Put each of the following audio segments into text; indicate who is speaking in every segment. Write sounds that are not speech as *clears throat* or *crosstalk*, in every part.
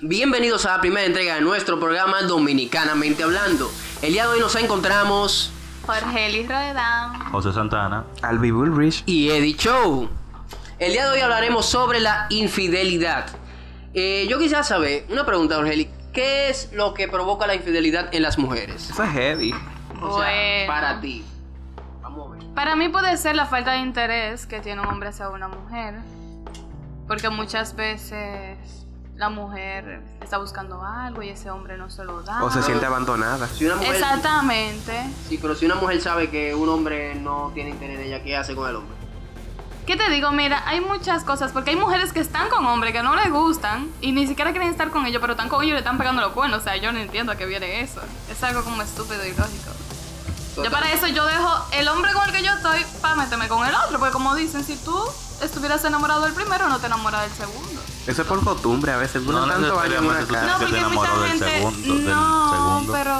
Speaker 1: Bienvenidos a la primera entrega de nuestro programa Dominicanamente Hablando. El día de hoy nos encontramos
Speaker 2: Jorgelis Roedán.
Speaker 3: José Santana.
Speaker 4: Al Bull Rich.
Speaker 1: y Eddie Show. El día de hoy hablaremos sobre la infidelidad. Eh, yo quisiera saber, una pregunta, Jorgeli, ¿qué es lo que provoca la infidelidad en las mujeres?
Speaker 4: Eso es heavy.
Speaker 1: O sea,
Speaker 2: Bueno.
Speaker 1: para ti. Vamos a ver.
Speaker 2: Para mí puede ser la falta de interés que tiene un hombre hacia una mujer. Porque muchas veces la mujer está buscando algo y ese hombre no se lo da.
Speaker 4: O se siente abandonada.
Speaker 1: Si una mujer,
Speaker 2: Exactamente.
Speaker 1: Sí, pero si una mujer sabe que un hombre no tiene interés en ella, ¿qué hace con el hombre?
Speaker 2: ¿Qué te digo? Mira, hay muchas cosas. Porque hay mujeres que están con hombres que no les gustan y ni siquiera quieren estar con ellos, pero están con ellos y le están pegando los cuernos. O sea, yo no entiendo a qué viene eso. Es algo como estúpido y lógico. Yo
Speaker 1: Total.
Speaker 2: para eso yo dejo el hombre con el que yo estoy para meterme con el otro, porque como dicen, si tú estuvieras enamorado del primero, no te enamoras del segundo.
Speaker 4: Eso es por costumbre a veces. Duran tanto años en una
Speaker 3: necesariamente tú
Speaker 4: casa.
Speaker 2: No,
Speaker 3: tienes que
Speaker 2: porque
Speaker 3: estar enamorado
Speaker 2: mucha
Speaker 3: del
Speaker 2: gente...
Speaker 3: segundo. del
Speaker 2: no,
Speaker 3: segundo.
Speaker 2: pero...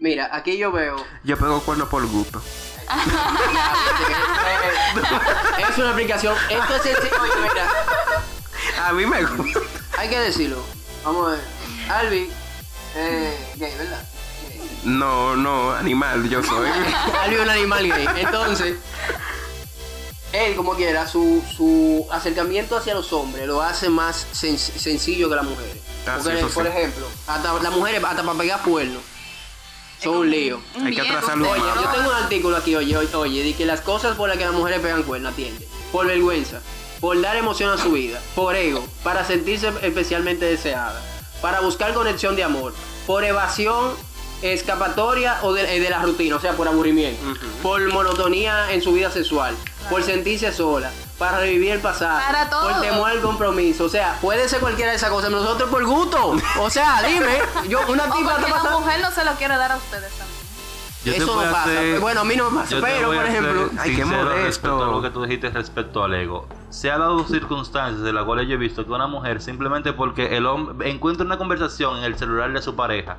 Speaker 1: Mira, aquí yo veo.
Speaker 4: Yo pego cuerno por gusto.
Speaker 2: *laughs*
Speaker 1: *laughs* es una aplicación. Esto es sencillo. oye, Mira,
Speaker 4: A mí me gusta.
Speaker 1: hay que decirlo. Vamos a ver. Albi, eh, gay, ¿verdad? *laughs* Gay.
Speaker 4: No, no, animal, yo soy.
Speaker 1: Albi es un animal gay. Entonces, él, como quiera, su, su acercamiento hacia los hombres lo hace más sen- sencillo que las mujeres.
Speaker 4: Ah,
Speaker 1: Porque,
Speaker 4: sí, eso sí.
Speaker 1: por ejemplo, hasta las mujeres, hasta para pegar puernos, son un lío.
Speaker 2: un
Speaker 4: Hay que
Speaker 2: miedo,
Speaker 4: atrasarlo
Speaker 2: un
Speaker 1: Oye,
Speaker 4: más.
Speaker 2: terror.
Speaker 1: yo tengo un artículo aquí, oye, oye, oye, de que las cosas por las que las mujeres pegan cuerno, atiende. Por vergüenza, por dar emoción a su vida, por ego, para sentirse especialmente deseada, para buscar conexión de amor, por evasión escapatoria o de, eh, de la rutina, o sea, por aburrimiento, por monotonía en su vida sexual, por sentirse sola, para revivir el pasado,
Speaker 2: Para todo.
Speaker 1: por temor al compromiso, o sea, puede ser cualquiera de esas cosas, nosotros por gusto, o sea, dime, yo una
Speaker 2: O
Speaker 1: tipa está
Speaker 2: porque la
Speaker 1: pasando-
Speaker 2: mujer no se lo quiere dar a ustedes también.
Speaker 3: Yo te
Speaker 1: eso
Speaker 3: voy
Speaker 1: no
Speaker 3: a
Speaker 1: pasa.
Speaker 3: ser-
Speaker 1: Bueno, a mí no me pasa.
Speaker 3: yo te
Speaker 1: Pero,
Speaker 3: voy
Speaker 1: por
Speaker 3: a ser
Speaker 1: ejemplo,
Speaker 4: Ay, qué
Speaker 3: sincero
Speaker 4: modesto.
Speaker 3: Respecto a lo que tú dijiste respecto al ego. Se ha dado circunstancias de las cuales yo he visto que una mujer simplemente porque el hombre encuentra una conversación en el celular de su pareja,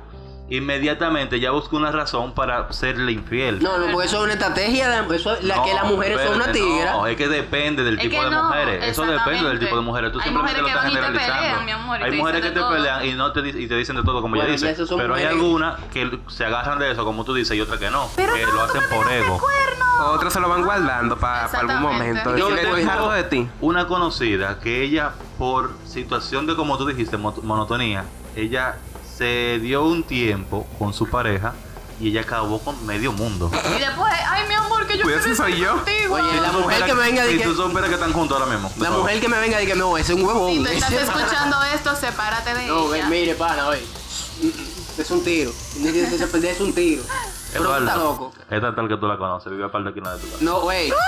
Speaker 3: inmediatamente ya busca una razón para serle infiel.
Speaker 1: no, no, porque eso es una estrategia. de- eso es la que las mujeres son una
Speaker 3: espérate,
Speaker 1: tigra.
Speaker 3: No, es que depende del
Speaker 2: Es
Speaker 3: tipo
Speaker 2: que
Speaker 3: de
Speaker 2: no,
Speaker 3: mujeres. Eso depende del tipo de mujeres. Tú
Speaker 2: Hay mujeres
Speaker 3: simplemente
Speaker 2: que
Speaker 3: lo estás
Speaker 2: van y te
Speaker 3: generalizando.
Speaker 2: pelean, mi amor, y
Speaker 3: hay
Speaker 2: te
Speaker 3: mujeres que
Speaker 2: dicen
Speaker 3: te
Speaker 2: de todo.
Speaker 3: pelean y no te, di- y te dicen de todo, como
Speaker 1: Bueno,
Speaker 3: ya
Speaker 1: ya
Speaker 3: dices.
Speaker 1: esos son
Speaker 3: Pero hay
Speaker 1: mujeres.
Speaker 3: algunas que se agarran de eso, como tú dices, y otras que no.
Speaker 2: Pero
Speaker 3: que
Speaker 2: no,
Speaker 3: lo
Speaker 2: tú
Speaker 3: hacen
Speaker 2: me
Speaker 3: por
Speaker 2: pegaste
Speaker 3: ego.
Speaker 2: cuerno.
Speaker 4: Otros se lo van guardando para algún
Speaker 2: Exactamente.
Speaker 4: momento.
Speaker 2: Yo
Speaker 4: Decirle,
Speaker 3: tengo
Speaker 4: estoy harto de ti.
Speaker 3: Una conocida que ella, por situación de como tú dijiste, mo- monotonía, ella se dio un tiempo con su pareja y ella acabó con medio mundo.
Speaker 2: Y después, ay, mi amor, que yo
Speaker 4: Cuidado
Speaker 2: quiero
Speaker 4: si soy
Speaker 2: estar
Speaker 4: yo.
Speaker 2: contigo.
Speaker 1: Oye, la mujer que me venga de
Speaker 3: Y
Speaker 1: que.
Speaker 3: tú supieras que están juntos ahora mismo.
Speaker 1: La mujer que me venga de que no, ese es un huevón.
Speaker 2: Si tú
Speaker 1: *laughs*
Speaker 2: estás
Speaker 1: Ese-
Speaker 2: escuchando esto, sepárate de
Speaker 1: No, ve,
Speaker 2: ella.
Speaker 1: mire, pana, oye. Mm, mm, Es un tiro. Es un tiro. Pero tú estás loco.
Speaker 3: Esta tal que tú la conoces, vive aparte aquí en la de tu casa.
Speaker 1: No, wey.
Speaker 2: *laughs*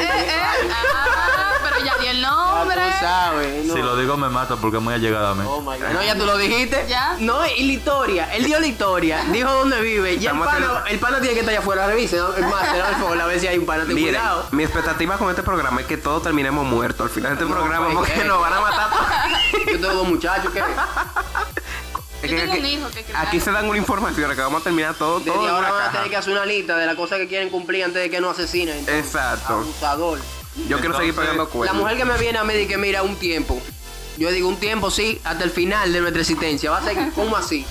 Speaker 2: Eh, Ah, pero ya di el nombre.
Speaker 1: Tú sabes. No.
Speaker 3: Si lo digo me mata porque es muy allegada a mí.
Speaker 1: Oh my God. No, ya tú lo dijiste.
Speaker 2: Ya.
Speaker 1: No, y la historia. Él dio la historia. Dijo dónde vive. Y el
Speaker 4: Estamos
Speaker 1: pana, el pana tiene que estar allá afuera. Revise. ¿no? El máster, al favor, a ver si hay un pana. Ten
Speaker 4: Miren,
Speaker 1: cuidado.
Speaker 4: mi expectativa con este programa es que todos terminemos muertos al final de este
Speaker 1: No,
Speaker 4: programa
Speaker 1: pues,
Speaker 4: porque
Speaker 1: eh.
Speaker 4: nos van a matar.
Speaker 2: *laughs*
Speaker 1: Yo tengo dos muchachos que.
Speaker 4: Es
Speaker 2: Yo
Speaker 4: que
Speaker 2: tengo
Speaker 4: aquí-
Speaker 2: un hijo que criar.
Speaker 4: Aquí se dan una información que vamos a terminar todo, todo
Speaker 1: Desde
Speaker 4: en
Speaker 1: ahora
Speaker 4: una
Speaker 1: van a
Speaker 4: caja.
Speaker 1: tener que hacer una lista de las cosas que quieren cumplir antes de que no asesinen. Entonces,
Speaker 4: Exacto.
Speaker 1: Abusador.
Speaker 4: Yo quiero seguir
Speaker 3: Entonces,
Speaker 4: pagando
Speaker 1: La
Speaker 4: cuentas.
Speaker 1: mujer que me viene a mí dice que mira un tiempo. Yo digo un tiempo, sí, hasta el final de nuestra existencia. Va a ser como así.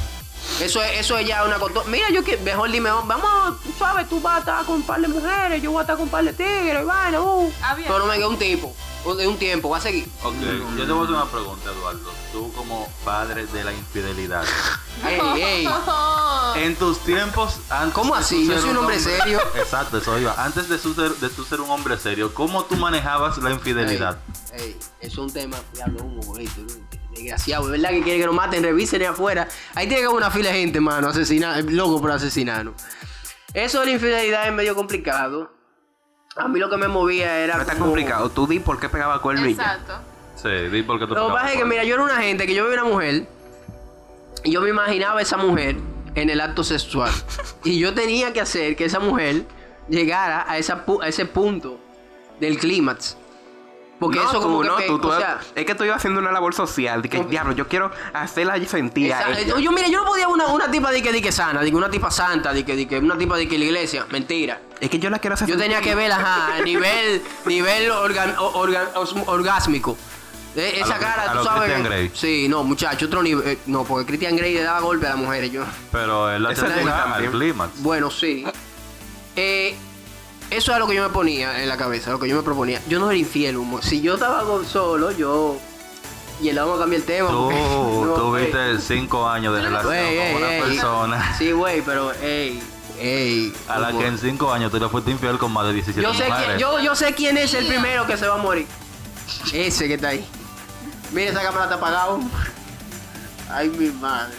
Speaker 1: Eso es, eso es ya una costo- Mira, yo que mejor dime, oh, vamos, tú sabes, tú vas a estar con un par de mujeres, yo voy a estar con un par de tigres, y vaina, uh.
Speaker 2: Ah, bien.
Speaker 1: Pero no me diga un tipo, un- de un tiempo, va a seguir.
Speaker 3: Ok, yo te voy a hacer una pregunta, Eduardo. Tú como padre de la
Speaker 1: *laughs*
Speaker 3: infidelidad.
Speaker 1: Ey, ey.
Speaker 2: Oh,
Speaker 3: En tus tiempos antes
Speaker 1: ¿Cómo
Speaker 3: de
Speaker 1: así?
Speaker 3: tú
Speaker 1: Yo
Speaker 3: ser
Speaker 1: soy un hombre serio.
Speaker 3: Exacto, eso iba. Antes de, su ser, de tú ser un hombre serio, ¿cómo tú manejabas la infidelidad?
Speaker 1: Ey, ey, eso es un tema, diablo, un momento, ¿no? desgraciado, es verdad que quiere que nos maten, revisen ahí afuera. Ahí tiene que haber una fila de gente, mano, asesina, eh, loco por asesinarnos. Eso de la infidelidad es medio complicado. A mí lo que me movía era.
Speaker 4: No está
Speaker 1: como-
Speaker 4: complicado. Tú di por qué pegaba cuerno y ya.
Speaker 2: Exacto.
Speaker 3: Sí, di porque tú
Speaker 1: Lo que
Speaker 3: tocabas
Speaker 1: pasa es que,
Speaker 3: por-
Speaker 1: mira, yo era una gente que yo veía una mujer y yo me imaginaba a esa mujer en el acto
Speaker 4: *laughs*
Speaker 1: sexual. y yo tenía que hacer que esa mujer llegara a, esa pu- a ese punto del clímax. Porque
Speaker 4: no,
Speaker 1: eso,
Speaker 4: tú,
Speaker 1: como que.
Speaker 4: no,
Speaker 1: pe-
Speaker 4: tú, tú-
Speaker 1: o sea,
Speaker 4: es que tú ibas haciendo una labor social. De que,
Speaker 1: Ok.
Speaker 4: diablo, yo quiero hacerla sentir a
Speaker 1: Esa-
Speaker 4: ella.
Speaker 1: yo, mira, yo no podía una, una tipa de que, de que sana, de que una tipa santa, de que, de que una tipa de que la iglesia. Mentira.
Speaker 4: Es que yo la quiero hacer
Speaker 1: Yo tenía que verla ajá, a nivel, nivel organ- o- organ- os- orgásmico. Eh,
Speaker 3: A
Speaker 1: esa
Speaker 3: lo-
Speaker 1: cara,
Speaker 3: a
Speaker 1: tú
Speaker 3: lo
Speaker 1: sabes.
Speaker 3: Christian Grey.
Speaker 1: Sí, no, muchacho, otro nivel. eh, no, porque Christian Grey le daba golpe a las mujeres. Yo.
Speaker 3: Pero él la
Speaker 4: Esa
Speaker 1: es buena
Speaker 3: tenía al
Speaker 4: también.
Speaker 3: clímax.
Speaker 1: Bueno, sí. Eh, eso era lo que yo me ponía en la cabeza, lo que yo me proponía. Yo no era infiel, humo. Si yo estaba con solo, yo. Y el vamos a cambiar el tema.
Speaker 3: Tú
Speaker 1: porque- *laughs* no, eh, güey.
Speaker 3: tuviste cinco años de
Speaker 2: Ey,
Speaker 3: relación
Speaker 1: Güey, ey,
Speaker 3: con Ah, una
Speaker 1: ey.
Speaker 3: persona
Speaker 1: Sí, güey, pero, ey, ey.
Speaker 3: a la
Speaker 1: humo.
Speaker 3: que en cinco años tú le fuiste infiel con más de 17
Speaker 1: yo sé,
Speaker 3: mujeres.
Speaker 1: quién, yo, yo sé quién es el primero que se va a morir. Ese que está ahí. Mira, esa cámara está apagada. humo. Ay, mi madre.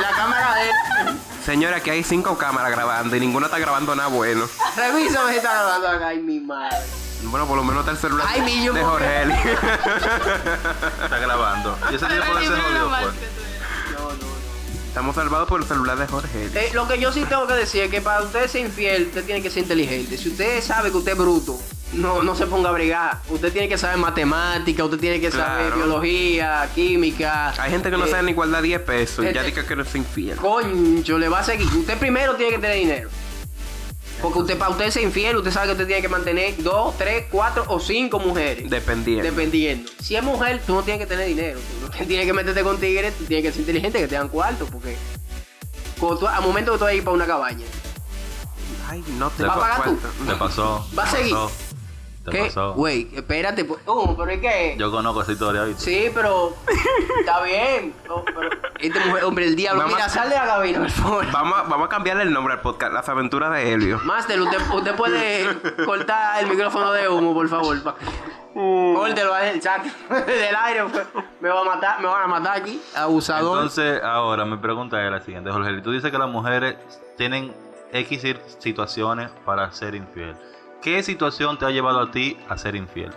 Speaker 1: La cámara de él.
Speaker 4: Señora, que hay cinco cámaras grabando y ninguna está grabando nada bueno.
Speaker 1: Revísame si está grabando acá. Ay, mi madre.
Speaker 4: Bueno, por lo menos está el celular
Speaker 1: Ay, mi, yo-
Speaker 4: de Jorge. Eli. *laughs*
Speaker 3: Está grabando.
Speaker 1: *laughs*
Speaker 3: Y ese día
Speaker 2: Pero
Speaker 3: por
Speaker 2: el
Speaker 3: ese
Speaker 2: libro era
Speaker 3: jodido
Speaker 2: más
Speaker 4: pues.
Speaker 3: fue.
Speaker 2: que tú.
Speaker 1: No, no, no.
Speaker 4: Estamos salvados por el celular de Jorge. Eli.
Speaker 1: Eh, lo que yo sí tengo que decir es que para usted ser infiel, usted tiene que ser inteligente. Si usted sabe que usted es bruto, no, no se ponga a bregar. Usted tiene que saber matemática, usted tiene que saber
Speaker 4: Claro.
Speaker 1: biología, química.
Speaker 4: Hay gente que no
Speaker 1: Eh,
Speaker 4: sabe ni guardar 10 pesos y ya
Speaker 1: eh,
Speaker 4: dice que no es infiel.
Speaker 1: Concho, le va a seguir. Usted primero tiene que tener dinero. Porque usted, para usted ser infiel, usted sabe que usted tiene que mantener dos, tres, cuatro o cinco mujeres.
Speaker 4: Dependiendo.
Speaker 1: Dependiendo. Si es mujer, tú no tienes que tener dinero. Tú no tienes que meterte con tigres, tú tienes que ser inteligente, que te dan cuarto. Porque cuando tú- al momento que tú vas a ir para una cabaña,
Speaker 4: Ay, no te
Speaker 1: ¿Va a
Speaker 4: puedo
Speaker 1: pagar tú?
Speaker 4: aguantar.
Speaker 3: Te pasó.
Speaker 1: Va a
Speaker 3: te
Speaker 1: seguir.
Speaker 3: pasó, Te
Speaker 1: ¿Qué?
Speaker 3: pasó.
Speaker 1: Güey, espérate. po- Uh, pero es que.
Speaker 3: Yo conozco esa historia, ¿viste?
Speaker 1: Sí, pero. Está bien. No, pero... Este mujer, hombre, el diablo.
Speaker 4: Mamá-
Speaker 1: Mira, sal de la cabina, por favor.
Speaker 4: Vamos, a- vamos a cambiarle el nombre al podcast, Las aventuras
Speaker 1: *laughs*
Speaker 4: de Helio.
Speaker 1: Master, usted, usted puede cortar el micrófono de humo, por favor. pa-
Speaker 3: Uh.
Speaker 1: Córtelo el chat *laughs* del aire. pues. Me, va a matar, me van a matar aquí. Abusador.
Speaker 3: Entonces, ahora mi pregunta es la siguiente, Jorge. Tú dices que las mujeres tienen X cir- situaciones para ser infiel. ¿Qué situación te ha llevado a ti a ser infiel?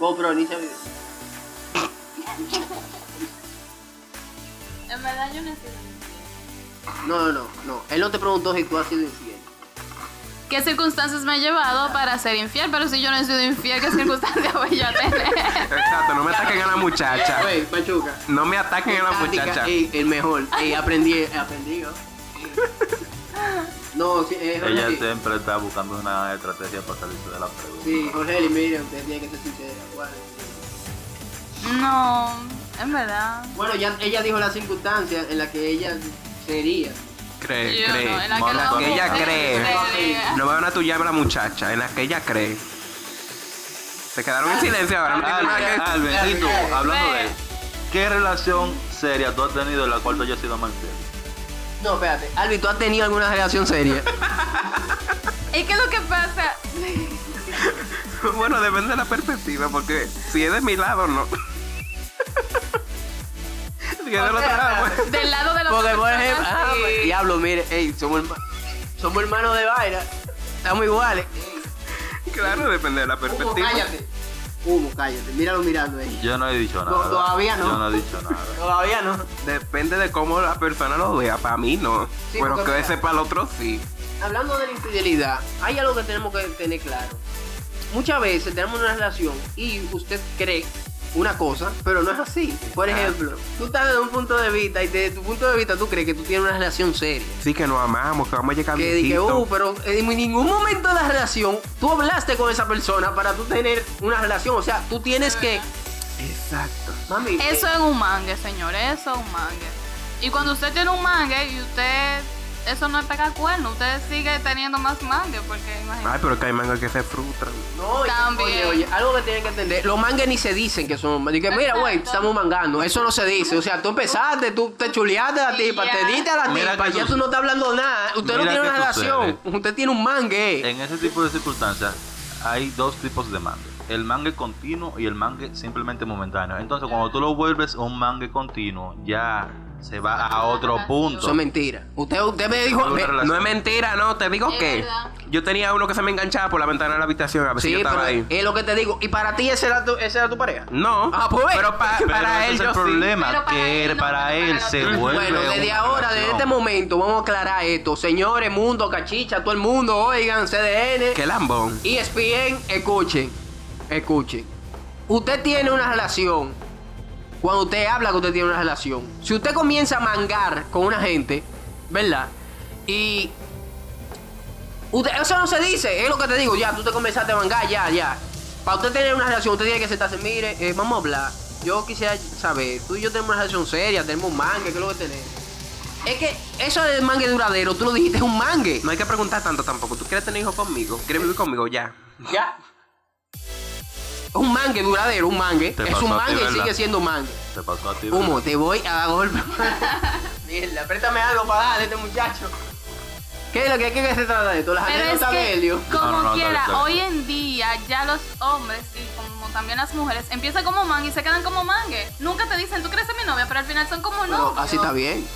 Speaker 1: GoPro, inicia video.
Speaker 2: En verdad yo no estoy infiel.
Speaker 1: No, no, no, no. Él no te preguntó si tú has sido infiel.
Speaker 2: ¿Qué circunstancias me ha llevado para ser infiel? Pero si yo no he sido infiel, ¿qué circunstancias voy a tener?
Speaker 4: Exacto, no me ataquen a la muchacha.
Speaker 1: Güey, Pachuca.
Speaker 4: No me ataquen a la
Speaker 1: Táctica,
Speaker 4: muchacha.
Speaker 1: ey, el mejor. Ey, aprendí, aprendí.
Speaker 3: *laughs*
Speaker 1: ¿no? No, sí, eh, Jorge,
Speaker 3: Ella
Speaker 1: sí.
Speaker 3: siempre está buscando una estrategia para salirse de la pregunta.
Speaker 1: Sí, Jorge, y mire, usted tiene que ser sincera. Bueno,
Speaker 2: *laughs* No, en verdad.
Speaker 1: Bueno, ya ella dijo las circunstancias en las que ella sería.
Speaker 4: Cree,
Speaker 2: yo
Speaker 4: cree.
Speaker 2: no, en la que,
Speaker 3: Mala
Speaker 4: que
Speaker 2: no-
Speaker 4: ella
Speaker 2: que
Speaker 4: cree.
Speaker 2: cree.
Speaker 4: No van a tuyar a la muchacha, en la que ella cree. Se quedaron en silencio Ah, ahora, no
Speaker 3: Ah,
Speaker 4: tienen
Speaker 1: Ah,
Speaker 4: nada que
Speaker 3: Albert,
Speaker 4: decir.
Speaker 3: Albert, y tú, hablando de
Speaker 2: Ve.
Speaker 3: ¿qué relación seria tú has tenido en la cual tú hayas sido más infiel?
Speaker 1: No, espérate. Albi, ¿tú has tenido alguna relación *laughs* seria?
Speaker 2: Es que lo que pasa.
Speaker 4: Bueno, depende de la perspectiva, porque si es de mi lado, no. *laughs* si es del otro lado,
Speaker 2: *laughs*
Speaker 4: pues.
Speaker 2: Del lado de los
Speaker 1: Porque, por ejemplo, ah, pues, diablo, mire, ey, somos, herma- somos hermanos de vaina. Estamos iguales.
Speaker 4: Claro, depende de la
Speaker 1: Hugo,
Speaker 4: perspectiva.
Speaker 1: cállate. Hugo, cállate. Míralo mirando ahí.
Speaker 3: Yo no he dicho
Speaker 1: No,
Speaker 3: nada.
Speaker 1: todavía no.
Speaker 3: Yo no he dicho nada.
Speaker 1: Todavía no.
Speaker 4: Depende de cómo la persona lo vea. Para mí no.
Speaker 1: Sí,
Speaker 4: Pero
Speaker 1: porque
Speaker 4: que
Speaker 1: mira.
Speaker 4: sepa el otro sí.
Speaker 1: Hablando de la infidelidad, hay algo que tenemos que tener claro. Muchas veces tenemos una relación y usted cree una cosa, pero no es así. Por ejemplo, tú estás desde un punto de vista y desde tu punto de vista tú crees que tú tienes una relación seria.
Speaker 4: Sí, que nos amamos, que vamos a llegar
Speaker 1: Que dije,
Speaker 4: viejitos.
Speaker 1: uh, pero en ningún momento de la relación tú hablaste con esa persona para tú tener una relación. O sea, tú tienes que.
Speaker 4: Exacto.
Speaker 1: Mami. eh,
Speaker 2: Eso es un mangue, señor. Eso es un mangue. Y cuando usted tiene un mangue y usted. Eso no es pegar cuerno. Usted sigue teniendo más mangue porque
Speaker 4: Ay,
Speaker 2: imagínate.
Speaker 4: pero que hay mangas que se frustran.
Speaker 1: No, y-
Speaker 2: También.
Speaker 1: Oye, oye, algo que tienen que entender, los mangas ni se dicen que son mangas. Dicen, mira, güey,
Speaker 2: Exacto.
Speaker 1: estamos mangando. Eso no se dice. O sea, tú empezaste, tú te chuleaste a la
Speaker 2: Y
Speaker 1: tipa,
Speaker 2: ya.
Speaker 1: te diste a la
Speaker 3: Mira
Speaker 1: tipa,
Speaker 3: que
Speaker 1: ya
Speaker 3: sucede.
Speaker 1: tú no estás hablando nada. Usted no
Speaker 3: Mira
Speaker 1: tiene
Speaker 3: que
Speaker 1: una relación,
Speaker 3: sucede.
Speaker 1: usted tiene un mangue. eh.
Speaker 3: En ese tipo de circunstancias hay dos tipos de mangue. El mangue continuo y el mangue simplemente momentáneo. Entonces, cuando tú lo vuelves a un mangue continuo, ya se va a otro punto.
Speaker 1: Eso es mentira. Usted, usted me dijo, eh,
Speaker 3: Una
Speaker 1: me-
Speaker 3: relación.
Speaker 4: No es mentira, no, te digo
Speaker 2: Es
Speaker 4: que
Speaker 2: verdad.
Speaker 4: yo tenía uno que se me enganchaba por la ventana de la habitación a ver si
Speaker 1: sí,
Speaker 4: yo estaba
Speaker 1: pero
Speaker 4: ahí.
Speaker 1: es lo que te digo. Y para ti ese era tu, ese era tu pareja.
Speaker 4: No,
Speaker 1: Ah, pues.
Speaker 4: pero pa-
Speaker 3: Pero
Speaker 4: para
Speaker 3: ese
Speaker 4: él
Speaker 3: es
Speaker 4: yo
Speaker 3: el
Speaker 4: sí.
Speaker 3: problema,
Speaker 2: Pero para
Speaker 3: que
Speaker 2: él
Speaker 3: él-
Speaker 2: no,
Speaker 3: para
Speaker 2: para
Speaker 3: él
Speaker 2: el
Speaker 3: se
Speaker 2: otro.
Speaker 3: vuelve
Speaker 1: Bueno, desde
Speaker 3: una
Speaker 1: ahora, desde este
Speaker 3: relación.
Speaker 1: momento, vamos a aclarar esto. Señores, mundo, cachicha, todo el mundo, oigan, CDN.
Speaker 4: Qué lambón.
Speaker 1: E ESPN, escuchen, escuchen. Usted tiene una relación. Cuando usted habla que usted tiene una relación. Si usted comienza a mangar con una gente, ¿verdad? Y... usted- eso no se dice, es lo que te digo, ya, tú te comenzaste a mangar, ya, ya. para usted tener una relación, usted tiene que sentarse, mire, eh, vamos a hablar. Yo quisiera saber, tú y yo tenemos una relación seria, tenemos un mangue, ¿qué es lo que tenemos? Es que eso del mangue duradero, tú lo dijiste, es un mangue.
Speaker 4: No hay que preguntar tanto tampoco. ¿Tú quieres tener hijos conmigo? ¿Quieres vivir conmigo? Ya.
Speaker 1: Ya. Es un mangue duradero, un mangue.
Speaker 3: Te
Speaker 1: Es
Speaker 3: pasó
Speaker 1: un
Speaker 3: a ti,
Speaker 1: mangue y
Speaker 3: ¿verdad?
Speaker 1: sigue siendo mangue.
Speaker 3: Te pasó a ti. ¿verdad?
Speaker 1: Humo, te voy a dar golpe. *laughs* Mierda, préstame algo para darle a este muchacho. ¿Qué es lo que, qué se trata de esto? Las
Speaker 2: Pero es
Speaker 1: anécdotas de Helio.
Speaker 2: que, como
Speaker 3: No, no, no,
Speaker 2: quiera,
Speaker 3: está bien, está
Speaker 2: hoy en día ya los hombres y como también las mujeres empiezan como mangue y se quedan como mangue. Nunca te dicen, tú crees mi novia, pero al final son como
Speaker 1: Pero
Speaker 2: novios.
Speaker 1: así está bien.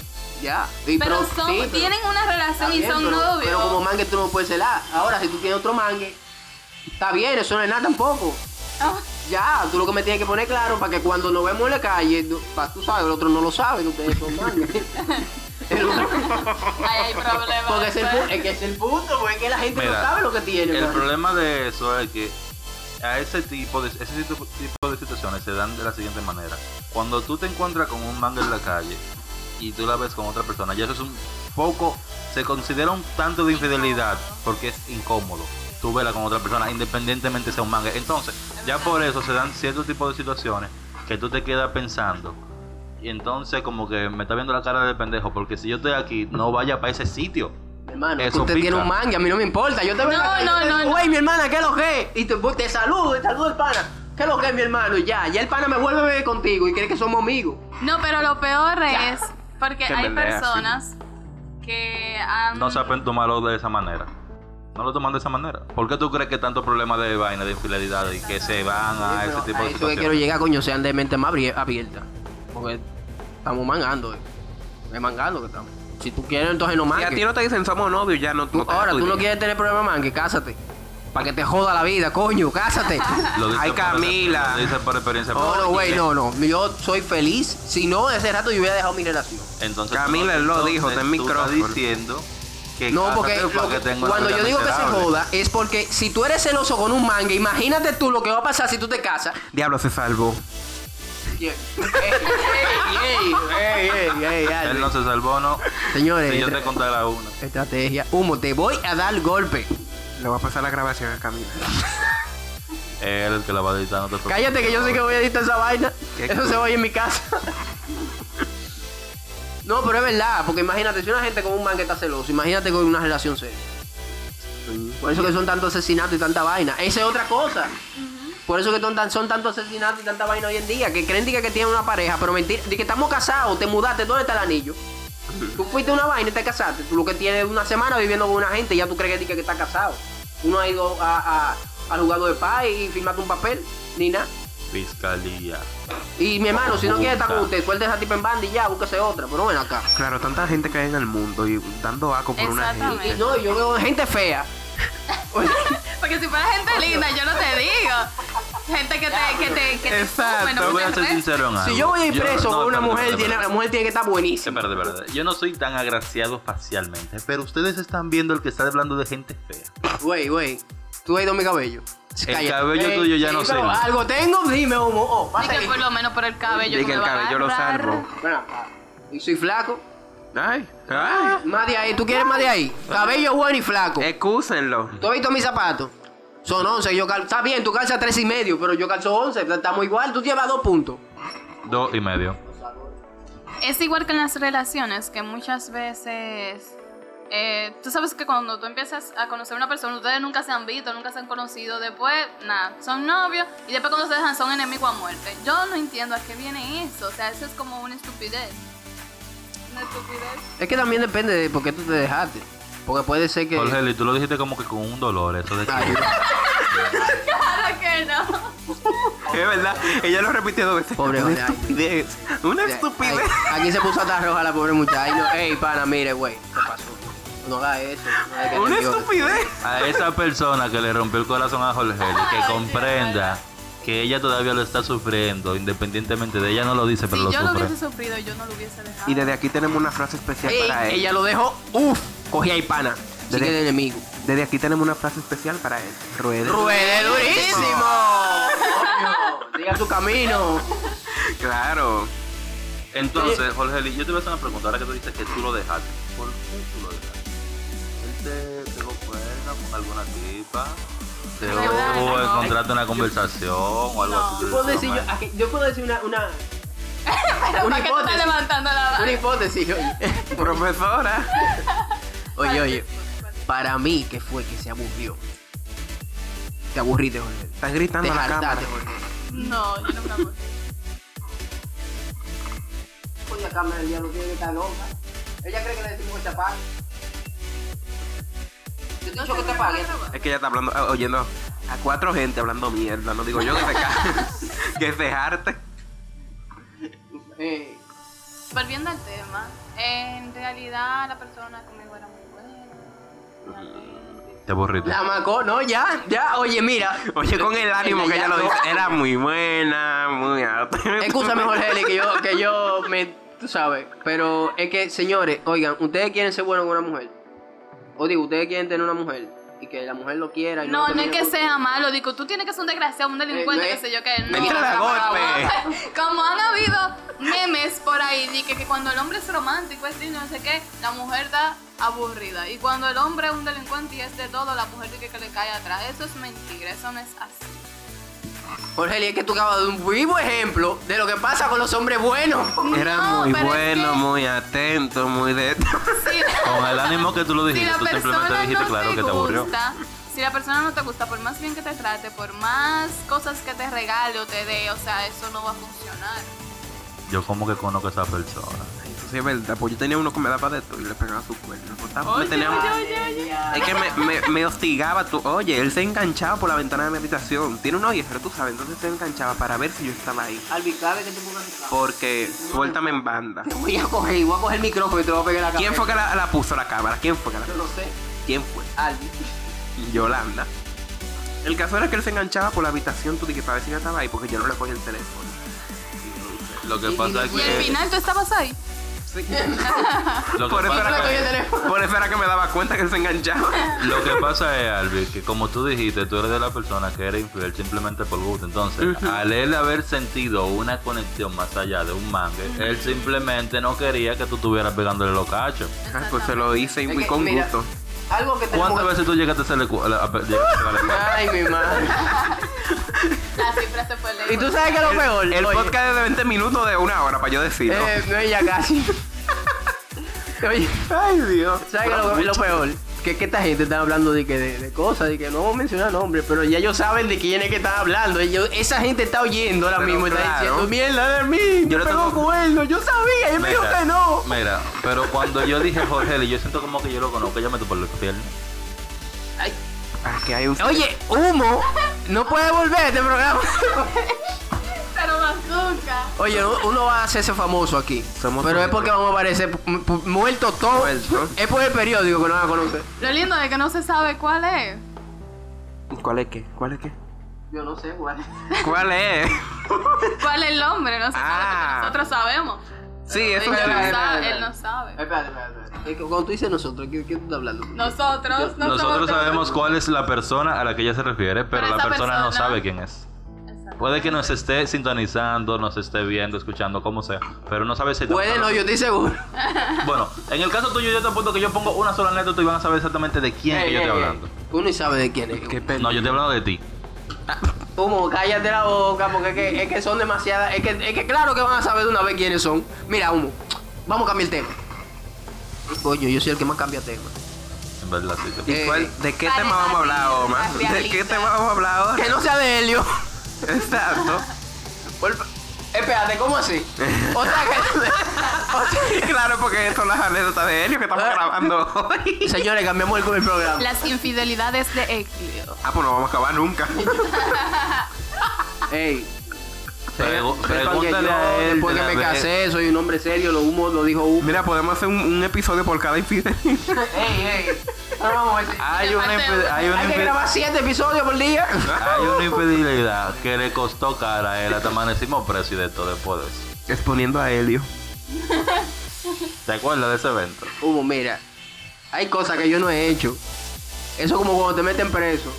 Speaker 1: Ya. Y
Speaker 2: Pero, son,
Speaker 1: sí, pero-
Speaker 2: tienen una
Speaker 1: está
Speaker 2: relación y
Speaker 1: bien,
Speaker 2: son
Speaker 1: pero-
Speaker 2: novios.
Speaker 1: Pero como mangue tú no puedes celar. Ahora, si tú tienes otro mangue, está bien, eso no es nada tampoco.
Speaker 2: Ah, *laughs*
Speaker 1: Ya, tú lo que me tienes que poner claro para que cuando nos vemos en la calle, tú, pa- tú sabes, el otro no lo sabe, que ustedes
Speaker 2: *laughs*
Speaker 1: son mangue. El otro-
Speaker 2: ahí hay problemas.
Speaker 1: porque es el, pu- es que es el punto, porque es que la gente no
Speaker 3: Mira,
Speaker 1: sabe lo que tiene.
Speaker 3: El
Speaker 1: mano.
Speaker 3: problema de eso es que a ese tipo de ese tipo, tipo de situaciones se dan de la siguiente manera. Cuando tú te encuentras con un manga en la calle y tú la ves con otra persona, ya eso es un poco se considera un tanto de infidelidad porque es incómodo. Tú vela con otra persona independientemente sea un manga. Entonces, ya por eso se dan ciertos tipos de situaciones que tú te quedas pensando y entonces como que me está viendo la cara de pendejo porque si yo estoy aquí no vaya para ese sitio.
Speaker 1: Hermano,
Speaker 3: Eso
Speaker 1: usted tiene
Speaker 3: pica.
Speaker 1: un manga, a mí no me importa. Yo te veo.
Speaker 2: No,
Speaker 1: acá y yo
Speaker 2: no,
Speaker 1: te digo,
Speaker 2: no, no.
Speaker 1: Güey, mi hermana, ¿qué es lo que? es?" Y te, pues, te saludo, te saludo el pana. ¿Qué es lo que, es, mi hermano? Y ya, ya el pana me vuelve a ver contigo y cree que somos amigos.
Speaker 2: No, pero lo peor es porque
Speaker 4: Qué
Speaker 2: hay
Speaker 4: pendeja, sí.
Speaker 2: personas que han...
Speaker 3: no saben tomarlo de esa manera. No lo toman de esa manera. ¿Por qué tú crees que tanto problema de vaina, de infidelidad y que se van a Ah, ese
Speaker 1: Pero
Speaker 3: tipo
Speaker 1: a eso que
Speaker 3: de
Speaker 1: quiero
Speaker 3: situaciones?
Speaker 1: llegar, coño, sean de mente más abri- abierta. Porque estamos mangando, eh. Es mangando que estamos. Si tú quieres, entonces no
Speaker 4: Y a ti
Speaker 1: mangues.
Speaker 4: no te dicen somos novios, ya no.
Speaker 1: Tú-
Speaker 4: no te
Speaker 1: ahora, tú no
Speaker 4: estudies.
Speaker 1: quieres tener problemas mangue, cásate. Para que te joda la vida, coño,
Speaker 3: *laughs*
Speaker 1: cásate.
Speaker 3: Lo dice
Speaker 4: Ay,
Speaker 3: por-
Speaker 4: Camila.
Speaker 3: Lo dice por experiencia.
Speaker 1: Oh, no,
Speaker 3: propia.
Speaker 1: güey, no, no. Yo soy feliz. Si no, ese rato yo hubiera dejado mi relación.
Speaker 3: Entonces,
Speaker 4: Camila
Speaker 3: tú-
Speaker 4: lo
Speaker 3: entonces,
Speaker 4: dijo, está en
Speaker 3: tú
Speaker 4: micrófono.
Speaker 3: estás diciendo que
Speaker 1: No,
Speaker 3: cásate
Speaker 1: porque,
Speaker 3: para
Speaker 1: lo que-
Speaker 3: que tenga una
Speaker 1: cuando yo
Speaker 3: vida
Speaker 1: digo que se
Speaker 3: miserable.
Speaker 1: joda es porque si tú eres celoso con un manga, imagínate tú lo que va a pasar si tú te casas.
Speaker 4: Diablo se salvó.
Speaker 1: Ey, ey, ey, ey, ey,
Speaker 3: Él
Speaker 1: Alvin.
Speaker 3: no se salvó, no.
Speaker 1: Señores,
Speaker 3: Si yo
Speaker 1: estra-
Speaker 3: te contara una.
Speaker 1: estrategia. Humo, te voy a dar golpe.
Speaker 4: Le voy a pasar la grabación a Camila.
Speaker 3: Él el que la va a editar, no te preocupes.
Speaker 1: Cállate que yo sé que voy a editar esa vaina.
Speaker 4: Qué
Speaker 1: Eso se va a ir en mi casa. No, pero es verdad, porque imagínate, si una gente con un man que está celoso, imagínate con una relación seria. Por eso que son tantos asesinatos y tanta vaina. Esa es otra cosa. Por eso que son, tan- son tantos asesinatos y tanta vaina hoy en día. Que creen di que, que tienen una pareja, pero mentira. De que estamos casados, te mudaste, ¿dónde está el anillo? Tú fuiste a una vaina y te casaste. Tú lo que tienes es una semana viviendo con una gente y ya tú crees que, di que, que estás casado. Uno ha ido a, a, al jugado de paz y firmaste un papel, ni nada.
Speaker 3: Fiscalía.
Speaker 1: Y mi hermano, si no quiere estar con
Speaker 3: Puta.
Speaker 1: usted, suelte esa tipa en banda y ya, búsquese otra, pero no ven acá.
Speaker 4: Claro, tanta gente que hay en el mundo y dando vaco por una
Speaker 2: Exactamente.
Speaker 4: gente.
Speaker 1: Y no, yo veo gente fea.
Speaker 2: Porque si fuera gente linda, yo no te digo. Gente que te... Que te, que te
Speaker 4: Exacto,
Speaker 2: escupe, no
Speaker 3: Te voy
Speaker 2: te
Speaker 3: a ser
Speaker 2: resta.
Speaker 3: sincero en algo.
Speaker 1: si yo voy a ir preso
Speaker 3: no,
Speaker 1: con una
Speaker 3: espérate,
Speaker 1: mujer,
Speaker 3: espérate,
Speaker 1: tiene,
Speaker 3: espérate.
Speaker 1: la mujer tiene que estar buenísima.
Speaker 3: Espérate, espérate. Yo no soy tan agraciado facialmente, pero ustedes están viendo el que está hablando de gente fea.
Speaker 1: Güey, güey, tú has ido mi cabello.
Speaker 3: El cabello tuyo ya no
Speaker 1: sé.
Speaker 3: sirve.
Speaker 1: Algo tengo, dime, humo. Oh,
Speaker 2: Y
Speaker 1: pasa
Speaker 2: que por lo menos por el cabello.
Speaker 4: Y
Speaker 2: no
Speaker 4: que el
Speaker 2: le van a
Speaker 4: cabello lo
Speaker 2: agarrar.
Speaker 4: salvo.
Speaker 1: Ven acá. Y soy flaco.
Speaker 4: Ay, ay.
Speaker 1: Más de ahí, ¿tú quieres más de ahí? Cabello bueno y flaco.
Speaker 3: Eh.
Speaker 4: Excúsenlo.
Speaker 1: ¿Tú has visto mis zapatos? Son 11, yo calzo. Está bien, tú calzas tres y medio, pero yo calzo 11, estamos igual, tú llevas dos puntos.
Speaker 3: Dos y medio.
Speaker 2: Es igual que en las relaciones, que muchas veces. eh, tú sabes que cuando tú empiezas a conocer a una persona, ustedes nunca se han visto, nunca se han conocido. Después, nada, son novios y después cuando se dejan son enemigos a muerte. Yo no entiendo a qué viene eso. O sea, eso es como una estupidez. Una estupidez. *laughs*
Speaker 1: Es que también depende de por qué tú te dejaste. Porque puede ser que.
Speaker 3: Jorge, y tú lo dijiste como que con un dolor, eso de
Speaker 1: Ay,
Speaker 3: que...
Speaker 1: *laughs*
Speaker 2: Claro que no.
Speaker 4: Es verdad, ella lo repitió dos veces.
Speaker 1: Pobre
Speaker 4: una
Speaker 1: Jorge, ay.
Speaker 4: estupidez. Una estupidez.
Speaker 1: Ay, Aquí se puso hasta roja la pobre muchacha. Ay, no, ey, pana, mire, güey. ¿Qué pasó? No haga eso. no haga que
Speaker 4: Una
Speaker 1: te llore.
Speaker 4: estupidez.
Speaker 3: A esa persona que le rompió el corazón a Jorge, que comprenda que ella todavía lo está sufriendo, independientemente de ella no lo dice, pero
Speaker 2: Si
Speaker 3: lo
Speaker 2: yo lo
Speaker 3: sufre.
Speaker 2: hubiese sufrido, yo no lo hubiese dejado.
Speaker 4: Y desde aquí tenemos una frase especial
Speaker 1: Ey,
Speaker 4: para él.
Speaker 1: ella lo dejó. Uf, cogí ahí, pana. Sí
Speaker 4: Dele-
Speaker 1: que el enemigo.
Speaker 4: Desde aquí tenemos una frase especial para él. Ruede.
Speaker 1: ¡Ruede durísimo! Coño, Siga su camino.
Speaker 4: Claro.
Speaker 3: Entonces, Jorge, Eli, yo te voy a hacer una pregunta, ahora que tú dices que tú lo dejaste. ¿Por qué tú lo dejaste? Él te pegó cuerda con alguna tipa, Exactamente. O,
Speaker 2: Regular,
Speaker 3: o el
Speaker 2: no.
Speaker 3: contrato de una conversación o algo
Speaker 2: No.
Speaker 3: así.
Speaker 1: Yo puedo decir, yo, aquí- yo puedo decir una, *laughs* una,
Speaker 2: Pero
Speaker 1: Una
Speaker 2: para que tú estás
Speaker 1: hipótesis.
Speaker 2: levantando la
Speaker 1: una hipótesis. Oye.
Speaker 4: Profesora.
Speaker 1: *laughs* Oye, oye, para mí, ¿qué fue que se aburrió? Te aburriste, Jorge.
Speaker 4: Estás gritando
Speaker 1: Te
Speaker 4: a la cámara.
Speaker 1: hartaste, Jorge.
Speaker 2: No, yo no me acuerdo.
Speaker 1: Oye, la cámara del diablo tiene que estar loca. Ella cree que le decimos que te apague. Yo te he dicho que te apague.
Speaker 4: Es que ella está hablando, ah, oyendo a cuatro gente hablando mierda. No digo yo que te ca- *laughs* que se jarte.
Speaker 1: Eh,
Speaker 2: Volviendo al tema, en realidad la persona conmigo era muy buena. realmente.
Speaker 3: Te aburriste.
Speaker 1: la macó, no, ya, ya, oye, mira.
Speaker 4: Oye, con el ánimo que ella lo dice. Era muy buena, muy alta. *laughs*
Speaker 1: Escúchame, Jorge, que yo, que yo me. Tú sabes, pero es que, señores, oigan, ustedes quieren ser buenos con una mujer. O digo, ustedes quieren tener una mujer y que la mujer lo quiera. y
Speaker 2: No, no es
Speaker 1: termine
Speaker 2: que
Speaker 1: con-
Speaker 2: sea malo, digo, tú tienes que ser un desgraciado, un delincuente,
Speaker 1: Eh, no
Speaker 2: qué
Speaker 1: es-
Speaker 2: sé yo, que no.
Speaker 4: Métele la
Speaker 2: no,
Speaker 4: golpe.
Speaker 2: no. *laughs* Como han habido memes por ahí, de que, que cuando el hombre es romántico, es lindo, no sé qué, la mujer da aburrida. Y cuando el hombre es un delincuente y es de todo, la mujer dice que le cae atrás. Eso es mentira, eso no es
Speaker 1: *laughs*
Speaker 2: así.
Speaker 1: Jorge, es que tú acabas de dar un vivo ejemplo de lo que pasa con los hombres buenos.
Speaker 4: Era
Speaker 2: No,
Speaker 4: muy
Speaker 2: pero es
Speaker 4: bueno,
Speaker 2: que-
Speaker 4: muy atento, muy de.
Speaker 2: Sí.
Speaker 3: Con el ánimo que tú lo
Speaker 2: si
Speaker 3: dijiste,
Speaker 2: la
Speaker 3: tú
Speaker 2: persona
Speaker 3: simplemente dijiste
Speaker 2: no
Speaker 3: claro
Speaker 2: te
Speaker 3: que te aburrió.
Speaker 2: gusta, si la persona no te gusta, por más bien que te trate, por más cosas que te regale o te dé, o sea, eso no va a funcionar.
Speaker 3: Yo como que conozco a esa persona.
Speaker 4: Sí, es verdad, pues yo tenía uno que me daba de todo y le pegaba su cuerno. Pues, estaba- me
Speaker 2: Oye,
Speaker 4: tenía-
Speaker 2: oye, oye, oye.
Speaker 4: Es que me, me- me hostigaba, tú, oye, él se enganchaba por la ventana de mi habitación. Tiene un pero tú sabes, entonces se enganchaba para ver si yo estaba ahí.
Speaker 1: Albicabe que te pongas en casa.
Speaker 4: Porque suéltame en banda.
Speaker 1: Te voy a coger, y voy a coger el micrófono y te voy a pegar la cara.
Speaker 4: ¿Quién fue que la, la puso la cámara? ¿Quién fue que la
Speaker 1: Yo no sé.
Speaker 4: ¿Quién fue?
Speaker 1: Albi. *laughs*
Speaker 4: Yolanda. El caso era que él se enganchaba por la habitación, tú dije, para ver si yo estaba ahí, porque yo no le cogí el teléfono.
Speaker 3: Lo que
Speaker 1: Y- y
Speaker 3: pasa es
Speaker 2: Y al
Speaker 3: que.
Speaker 2: final tú estabas ahí.
Speaker 3: Lo que
Speaker 4: Por eso,
Speaker 3: pasa-
Speaker 4: era
Speaker 1: No le cogí el
Speaker 4: que,
Speaker 1: teléfono.
Speaker 4: por eso era que me daba cuenta que él se enganchaba.
Speaker 3: Lo que pasa es, Albi, que como tú dijiste, tú eres de la persona que era infiel simplemente por gusto. Entonces, al él haber sentido una conexión más allá de un mangue, él simplemente no quería que tú estuvieras pegándole los cachos.
Speaker 4: Ah, pues se lo hice y
Speaker 1: Es
Speaker 4: muy
Speaker 1: que,
Speaker 4: con
Speaker 1: mira,
Speaker 4: gusto.
Speaker 1: Algo que tenemos
Speaker 3: ¿Cuántas
Speaker 1: que-
Speaker 3: veces tú llegaste a hacerle cu- a la- a pe- llegaste a pegarle el cuerno?
Speaker 1: Ay, mi madre.
Speaker 2: La cifra se fue lejos.
Speaker 1: Y tú sabes que lo peor.
Speaker 4: El
Speaker 1: Oye,
Speaker 4: podcast es de 20 minutos de una hora, para yo decirlo.
Speaker 1: Eh, no, ya casi. *laughs* Oye,
Speaker 4: Ay, Dios.
Speaker 1: ¿sabes que lo, lo peor? Que, que esta gente está hablando de que de, de cosas, de que no vamos a mencionar nombres, pero ya ellos saben de quién es que están hablando. Ellos- esa gente está oyendo ahora
Speaker 4: Pero
Speaker 1: mismo, está
Speaker 4: claro.
Speaker 1: diciendo mierda de mí,
Speaker 4: Yo
Speaker 1: yo
Speaker 4: le
Speaker 1: le tengo
Speaker 4: tengo-
Speaker 1: cuerno, yo sabía, y me dijo que no.
Speaker 3: mira, pero cuando yo dije Jorge, Eli, yo siento como que yo lo conozco, ella me topó los piernas.
Speaker 1: Ay,
Speaker 4: Aquí Ah, hay un.
Speaker 1: Oye, humo, no puede volver a este programa.
Speaker 2: Pero bazooka.
Speaker 1: Oye, no- uno va a hacerse famoso aquí.
Speaker 4: Somos
Speaker 1: pero es
Speaker 4: famosos.
Speaker 1: porque vamos a aparecer pu- pu- muerto todo.
Speaker 4: Muerto.
Speaker 1: Es por el periódico que no van a conocer.
Speaker 2: Lo lindo es que no se sabe cuál es.
Speaker 4: ¿Cuál es qué? ¿Cuál es qué?
Speaker 1: Yo no sé, cuál.
Speaker 4: *laughs* ¿Cuál es?
Speaker 2: ¿Cuál es el hombre? No se sabe
Speaker 4: Ah.
Speaker 2: porque nosotros sabemos.
Speaker 4: Sí,
Speaker 2: Él
Speaker 4: eso
Speaker 2: no
Speaker 4: es.
Speaker 1: verdad.
Speaker 2: sabe, él no sabe.
Speaker 1: Espérate, espérate, espérate. Es que Cuando tú dices nosotros, ¿qué, qué tú estás hablando?
Speaker 2: Nosotros, no
Speaker 3: Nosotros
Speaker 2: somos-
Speaker 3: sabemos cuál es la persona a la que ella se refiere,
Speaker 2: Pero
Speaker 3: pero, la
Speaker 2: esa
Speaker 3: persona, no
Speaker 2: persona-
Speaker 3: sabe quién es.
Speaker 2: Exacto.
Speaker 3: Puede que nos esté sintonizando, nos esté viendo, escuchando, como sea, pero no sabe si
Speaker 1: Puede no, yo estoy seguro.
Speaker 3: Bueno, en el caso tuyo, yo te apuesto que yo pongo una sola anécdota y van a saber exactamente de quién es que yo
Speaker 1: Ey,
Speaker 3: estoy
Speaker 1: ey, ey.
Speaker 3: hablando.
Speaker 1: Uno Eh, ni sabe de quién es.
Speaker 4: Qué pena.
Speaker 3: No, yo estoy hablando de ti.
Speaker 1: Humo, cállate la boca, porque es que, es que son demasiadas. Es que, es que claro que van a saber de una vez quiénes son. Mira, Humo, vamos a cambiar el tema. Coño, yo soy el que más cambia tema.
Speaker 3: En verdad, sí. te-
Speaker 1: Eh,
Speaker 4: ¿Y cuál- ¿De qué
Speaker 2: Vale,
Speaker 4: tema vamos a hablar,
Speaker 2: vale,
Speaker 4: Omar?
Speaker 2: vale,
Speaker 4: ¿De qué
Speaker 2: realista.
Speaker 4: tema vamos a hablar ahora?
Speaker 1: Que no sea de Helio.
Speaker 4: Exacto.
Speaker 1: Por- Espérate, ¿cómo así? *laughs* O sea que.
Speaker 4: claro, porque son las anécdotas de Helio que estamos grabando hoy.
Speaker 1: Señores, cambiamos el, el programa.
Speaker 2: Las infidelidades de Exlio.
Speaker 4: Ah, pues no vamos a acabar nunca.
Speaker 1: Ey,
Speaker 3: Pregu-
Speaker 1: sepan eh, que
Speaker 3: Pregúntale
Speaker 1: yo,
Speaker 3: a él.
Speaker 1: después
Speaker 3: de
Speaker 1: que
Speaker 3: la
Speaker 1: me
Speaker 3: vez-
Speaker 1: casé, soy un hombre serio, lo humo, lo dijo humo.
Speaker 4: Mira, podemos hacer un, un episodio por cada infidelidad.
Speaker 1: ey, ey. No, vamos a decir.
Speaker 3: Hay una, infi- hay, una
Speaker 1: Hay que
Speaker 3: infi-
Speaker 1: grabar siete episodios por día.
Speaker 3: hay una infidelidad que le costó cara a él. Hasta amanecimos preso y de todo después de eso.
Speaker 4: Exponiendo a Helio.
Speaker 3: ¿Te acuerdas de ese evento?
Speaker 1: Hugo, mira, hay cosas que yo no he hecho. Eso como cuando te meten preso.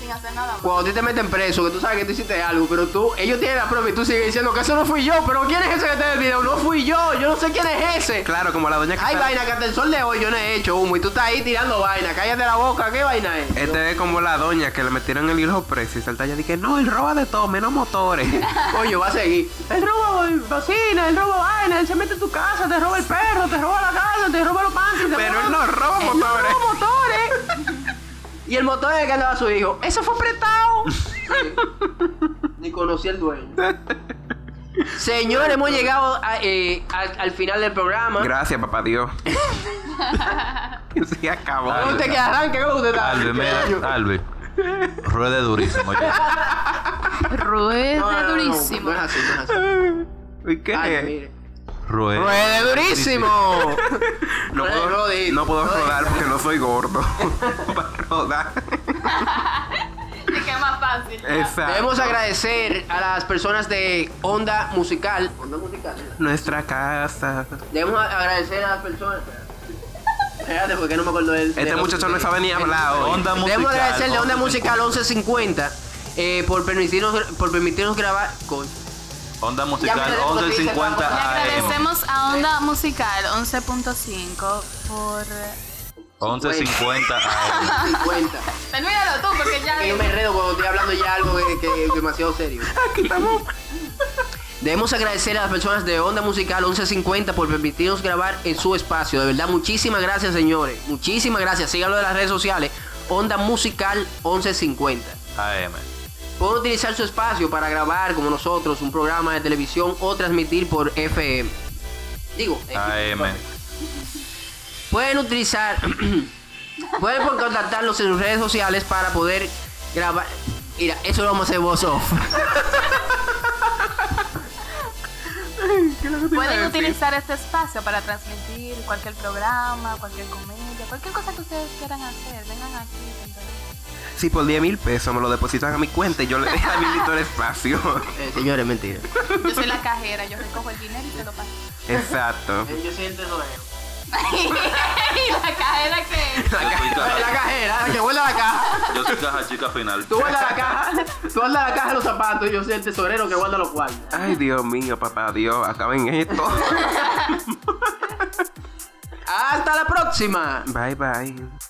Speaker 2: Sin sin hacer nada más.
Speaker 1: Cuando a ti te meten preso, que tú sabes que tú hiciste algo, pero tú, ellos tienen la prueba y tú sigues diciendo que eso no fui yo, pero ¿quién es ese que está en el video? No fui yo, yo no sé quién es ese.
Speaker 4: Claro, como la doña que
Speaker 1: Hay
Speaker 4: está-
Speaker 1: vaina que hasta el sol de hoy yo no he hecho humo y tú estás ahí tirando vaina, cállate la boca, ¿qué vaina es?
Speaker 4: Este es como la doña que le metieron el hilo preso y salta allá y que no, él roba de todo, menos motores.
Speaker 1: *laughs* Coño, va a seguir. Él roba bocina, él roba vaina, él se mete en tu casa, te roba el perro, te roba la casa, te roba los panties, te
Speaker 4: Pero
Speaker 1: roba-
Speaker 4: él no roba
Speaker 1: *laughs* Él no
Speaker 4: motores.
Speaker 1: roba motores. y el motor es el que andaba su hijo. Eso fue *laughs* prestado. Ni conocí al dueño. Señores, hemos llegado a, eh, al, al final del programa.
Speaker 4: Gracias, papá Dios. *laughs* Se acabó.
Speaker 1: ¿Cómo usted que arranque? ¿Cómo usted está?
Speaker 3: Albe, mira, Albe. Ruede durísimo. oye.
Speaker 2: Ruede
Speaker 1: No, no, no, no,
Speaker 2: durísimo.
Speaker 1: No, es así, no es así.
Speaker 4: *laughs* ¿Y ¿Qué?
Speaker 1: Ay, mire.
Speaker 3: Ruede.
Speaker 1: Ruede durísimo.
Speaker 4: no,
Speaker 1: Ruede,
Speaker 4: puedo,
Speaker 1: ruede,
Speaker 4: no puedo
Speaker 1: ruede.
Speaker 4: rodar porque no soy gordo. *laughs* Para rodar.
Speaker 2: Y que es más fácil. ya.
Speaker 1: *laughs*
Speaker 4: Exacto.
Speaker 1: Debemos agradecer a las personas de Onda Musical. Onda Musical. eh.
Speaker 4: Nuestra casa.
Speaker 1: Debemos a- agradecer a las personas. Espérate, porque no me acuerdo del.
Speaker 4: Este muchacho no sabe ni hablar hoy.
Speaker 3: Onda
Speaker 1: Debemos
Speaker 3: musical,
Speaker 1: agradecerle a Onda
Speaker 3: onda
Speaker 1: Musical 1150 eh, por permitirnos por permitirnos grabar. Coño.
Speaker 3: Onda
Speaker 1: Ya me
Speaker 3: musical
Speaker 1: tenemos que
Speaker 3: 1150
Speaker 2: Le
Speaker 3: AM.
Speaker 2: agradecemos a Onda Musical 11.5 por...
Speaker 3: 1150 AM.
Speaker 1: 50.
Speaker 2: Termínalo tú, porque ya...
Speaker 1: Que yo me enredo cuando estoy hablando ya algo que, que es demasiado serio. Debemos agradecer a las personas de Onda Musical 1150 por permitirnos grabar en su espacio. De verdad, muchísimas gracias, señores. Muchísimas gracias. Síganlo en las redes sociales. Onda Musical 1150.
Speaker 3: AM.
Speaker 1: Pueden utilizar su espacio para grabar, como nosotros, un programa de televisión o transmitir por FM. Digo, *laughs*
Speaker 3: AM.
Speaker 1: Pueden utilizar. *clears throat* pueden por- contactarnos en sus redes sociales para poder grabar. Mira, eso lo vamos a hacer *laughs* eh, voz off.
Speaker 2: Pueden utilizar este espacio para transmitir cualquier programa, cualquier comedia, cualquier cosa que ustedes quieran hacer. Vengan aquí. entonces.
Speaker 4: Si por 10 mil pesos me lo depositan a mi cuenta y yo le habilito el espacio. *laughs*
Speaker 1: Eh, señores, mentira.
Speaker 2: Yo soy la cajera, yo recojo el dinero y se lo paso. *laughs*
Speaker 4: Exacto.
Speaker 1: Yo soy el tesorero.
Speaker 2: ¿Y la cajera que
Speaker 3: Yo soy
Speaker 1: La
Speaker 3: caja-
Speaker 1: cajera, que vuelva la caja.
Speaker 3: Yo soy caja chica final.
Speaker 1: Tú guardas la caja, *laughs* tú guardas la caja de los zapatos y yo soy el tesorero que guarda los cuartos.
Speaker 4: Ay, Dios mío, papá Dios, acaben esto.
Speaker 1: Hasta la próxima.
Speaker 4: Bye, bye.